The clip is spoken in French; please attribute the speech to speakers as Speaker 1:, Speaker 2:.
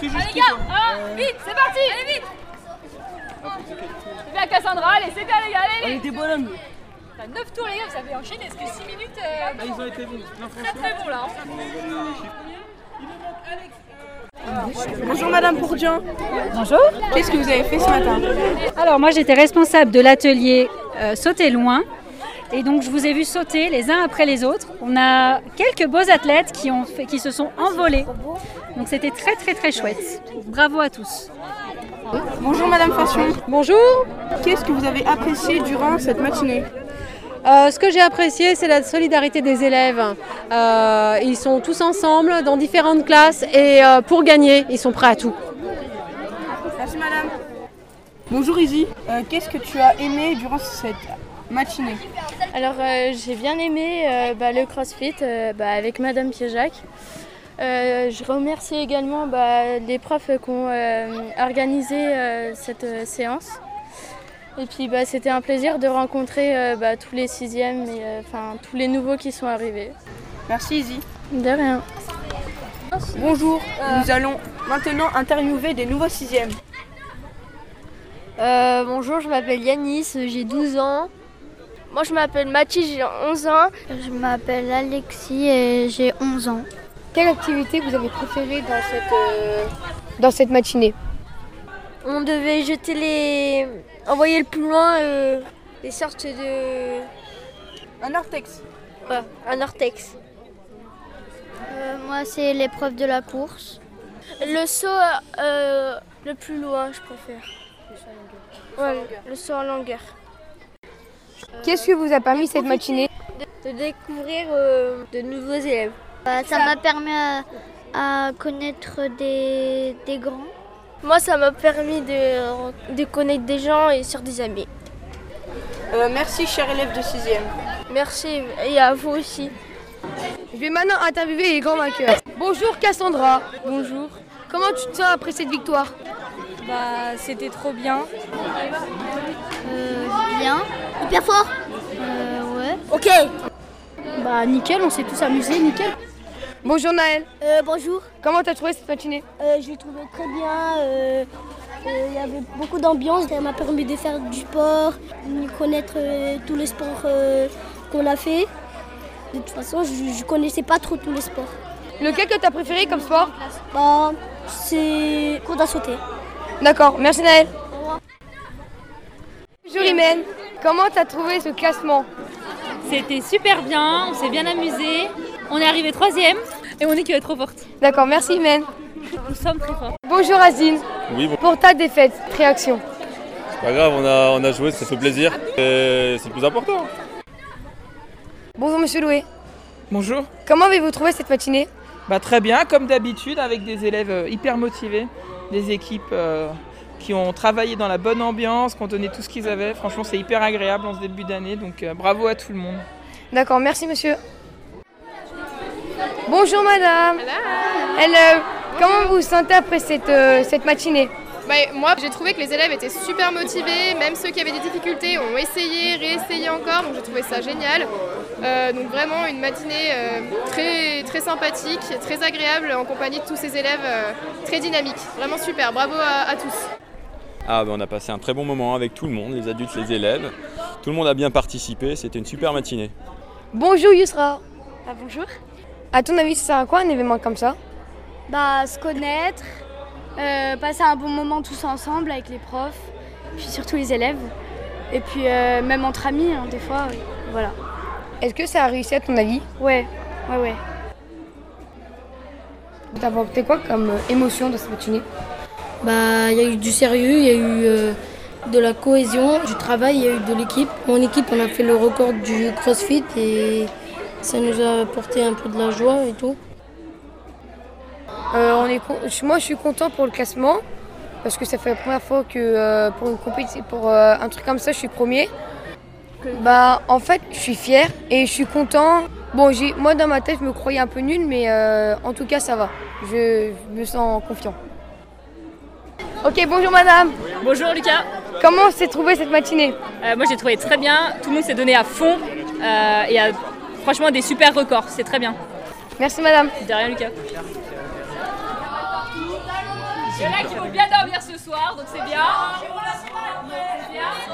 Speaker 1: Fais juste
Speaker 2: Allez,
Speaker 1: qui
Speaker 2: les gars,
Speaker 1: peut.
Speaker 2: un, vite, c'est parti, allez vite C'est bien Cassandra, allez, c'est bien les gars, allez,
Speaker 1: On
Speaker 2: allez
Speaker 1: était bonhomme.
Speaker 2: T'as 9 tours les gars, vous avez enchaîné, est-ce que 6 minutes euh,
Speaker 1: Ah, ils ont été bons. Non,
Speaker 2: Très
Speaker 1: franchement.
Speaker 2: très bon là hein.
Speaker 3: Bonjour Madame Bourdien.
Speaker 4: Bonjour.
Speaker 3: Qu'est-ce que vous avez fait ce matin
Speaker 4: Alors moi j'étais responsable de l'atelier euh, Sauter loin et donc je vous ai vu sauter les uns après les autres. On a quelques beaux athlètes qui, ont fait- qui se sont envolés. Donc c'était très très très chouette. Bravo à tous.
Speaker 3: Bonjour Madame Fassion.
Speaker 5: Bonjour.
Speaker 3: Qu'est-ce que vous avez apprécié durant cette matinée
Speaker 5: Euh, ce que j'ai apprécié, c'est la solidarité des élèves. Euh, ils sont tous ensemble dans différentes classes et euh, pour gagner, ils sont prêts à tout.
Speaker 3: Merci Madame. Bonjour Izzy. Euh, Qu'est-ce que tu as aimé durant cette matinée
Speaker 6: Alors euh, j'ai bien aimé euh, bah, le CrossFit euh, bah, avec Madame Piejac. Euh, je remercie également bah, les profs qui ont euh, organisé euh, cette euh, séance. Et puis bah, c'était un plaisir de rencontrer euh, bah, tous les sixièmes et euh, enfin tous les nouveaux qui sont arrivés.
Speaker 3: Merci Izzy.
Speaker 6: De rien.
Speaker 3: Bonjour. Nous allons maintenant interviewer des nouveaux sixièmes.
Speaker 7: Euh, bonjour, je m'appelle Yanis, j'ai 12 ans.
Speaker 6: Moi je m'appelle Mathis, j'ai 11 ans.
Speaker 7: Je m'appelle Alexis et j'ai 11 ans. Quelle activité vous avez préférée dans cette, euh, dans cette matinée On devait jeter les. envoyer le plus loin euh, des sortes de.
Speaker 3: Un narthex.
Speaker 7: ouais, un ortex. Euh, moi, c'est l'épreuve de la course.
Speaker 6: Le saut
Speaker 7: euh,
Speaker 6: Euh, le plus loin je préfère. le saut en longueur.
Speaker 5: Qu'est-ce que vous a permis cette matinée
Speaker 7: De découvrir
Speaker 6: euh,
Speaker 7: de nouveaux élèves.
Speaker 6: Bah,
Speaker 7: ça m'a permis à, connaître des, des grands.
Speaker 6: Moi, ça m'a permis de, de connaître des gens et sur des amis.
Speaker 3: Euh, merci chers élèves de sixième.
Speaker 6: Merci et à vous aussi.
Speaker 5: Je vais maintenant interviewer les grands vainqueurs. Bonjour Cassandra. Bonjour. Comment tu te sens après cette victoire
Speaker 4: Bah c'était trop bien.
Speaker 7: bien. Hyper fort Euh, ouais.
Speaker 6: Bah, nickel, on s'est tous amusés, nickel.
Speaker 5: Bonjour Naël.
Speaker 7: Euh, bonjour,
Speaker 5: Comment t'as trouvé cette matinée
Speaker 7: Euh, je l'ai trouvé très bien. euh, euh, Il y avait beaucoup d'ambiance. Ça m'a permis de faire du sport, de connaître euh, tous les sports euh, qu'on a fait. De toute façon, je, je connaissais pas trop tous les sports.
Speaker 5: Lequel que t'as préféré comme sport
Speaker 7: Bah, c'est cours à sauter.
Speaker 5: D'accord, merci Naël. Bonjour Imen. Comment t'as trouvé ce classement
Speaker 4: C'était super bien, on s'est bien amusé. On est arrivé troisième et on est que trop forte.
Speaker 5: D'accord, merci Imen.
Speaker 4: Nous sommes très forts.
Speaker 5: Bonjour Azine.
Speaker 8: Oui, bon,
Speaker 5: Pour ta défaite, réaction.
Speaker 8: c'est pas grave, on a, on a joué, ça fait plaisir. Et c'est le plus important.
Speaker 5: Bonjour Monsieur Loué.
Speaker 1: Bonjour.
Speaker 5: Comment avez-vous trouvé cette matinée
Speaker 1: Bah, très bien, comme d'habitude, avec des élèves euh, hyper motivés, des équipes euh, qui ont travaillé dans la bonne ambiance, qui ont donné tout ce qu'ils avaient. Franchement, c'est hyper agréable en ce début d'année, donc euh, bravo à tout le monde.
Speaker 5: D'accord, merci monsieur. Bonjour madame. Hello. Comment vous vous sentez après cette, euh, cette matinée
Speaker 9: Bah, moi, j'ai trouvé que les élèves étaient super motivés, même ceux qui avaient des difficultés ont essayé, réessayé encore, donc j'ai trouvé ça génial. Euh, donc vraiment une matinée euh, très, très sympathique, très agréable en compagnie de tous ces élèves euh, très dynamiques. Vraiment super, bravo à- à tous.
Speaker 8: Ah, ben, on a passé un très bon moment avec tout le monde, les adultes, les élèves. Tout le monde a bien participé, c'était une super matinée.
Speaker 5: Bonjour Yusra.
Speaker 7: Ah, bonjour.
Speaker 5: À ton avis, ça sert à quoi un événement comme ça
Speaker 6: Bah, se connaître, euh, passer un bon moment tous ensemble avec les profs, puis surtout les élèves, et puis euh, même entre amis, hein, des fois, oui. voilà.
Speaker 5: Est-ce que ça a réussi à ton avis
Speaker 6: Ouais, ouais, ouais.
Speaker 5: T'as apporté quoi comme euh, émotion dans cette matinée
Speaker 10: Bah, il y a eu du sérieux, il y a eu euh, de la cohésion, du travail, il y a eu de l'équipe. Mon équipe, on a fait le record du CrossFit et ça nous a apporté un peu de la joie et tout.
Speaker 5: Euh, on est con- je- Moi, je suis content pour le classement parce que ça fait la première fois que euh, pour une compétition, pour euh, un truc comme ça, je suis premier. Bah, en fait, je suis fier et je suis content. Bon, j'ai- moi dans ma tête, je me croyais un peu nul, mais euh, en tout cas, ça va. Je, je me sens confiant. Ok, bonjour madame.
Speaker 4: Bonjour Lucas.
Speaker 5: Comment s'est trouvée cette matinée
Speaker 4: Euh, moi j'ai trouvé très bien, tout le monde s'est donné à fond euh, et a franchement des super records, c'est très bien.
Speaker 5: Merci madame.
Speaker 4: De rien Lucas. Il y en a qui vont bien dormir ce soir, donc c'est bien. C'est bien.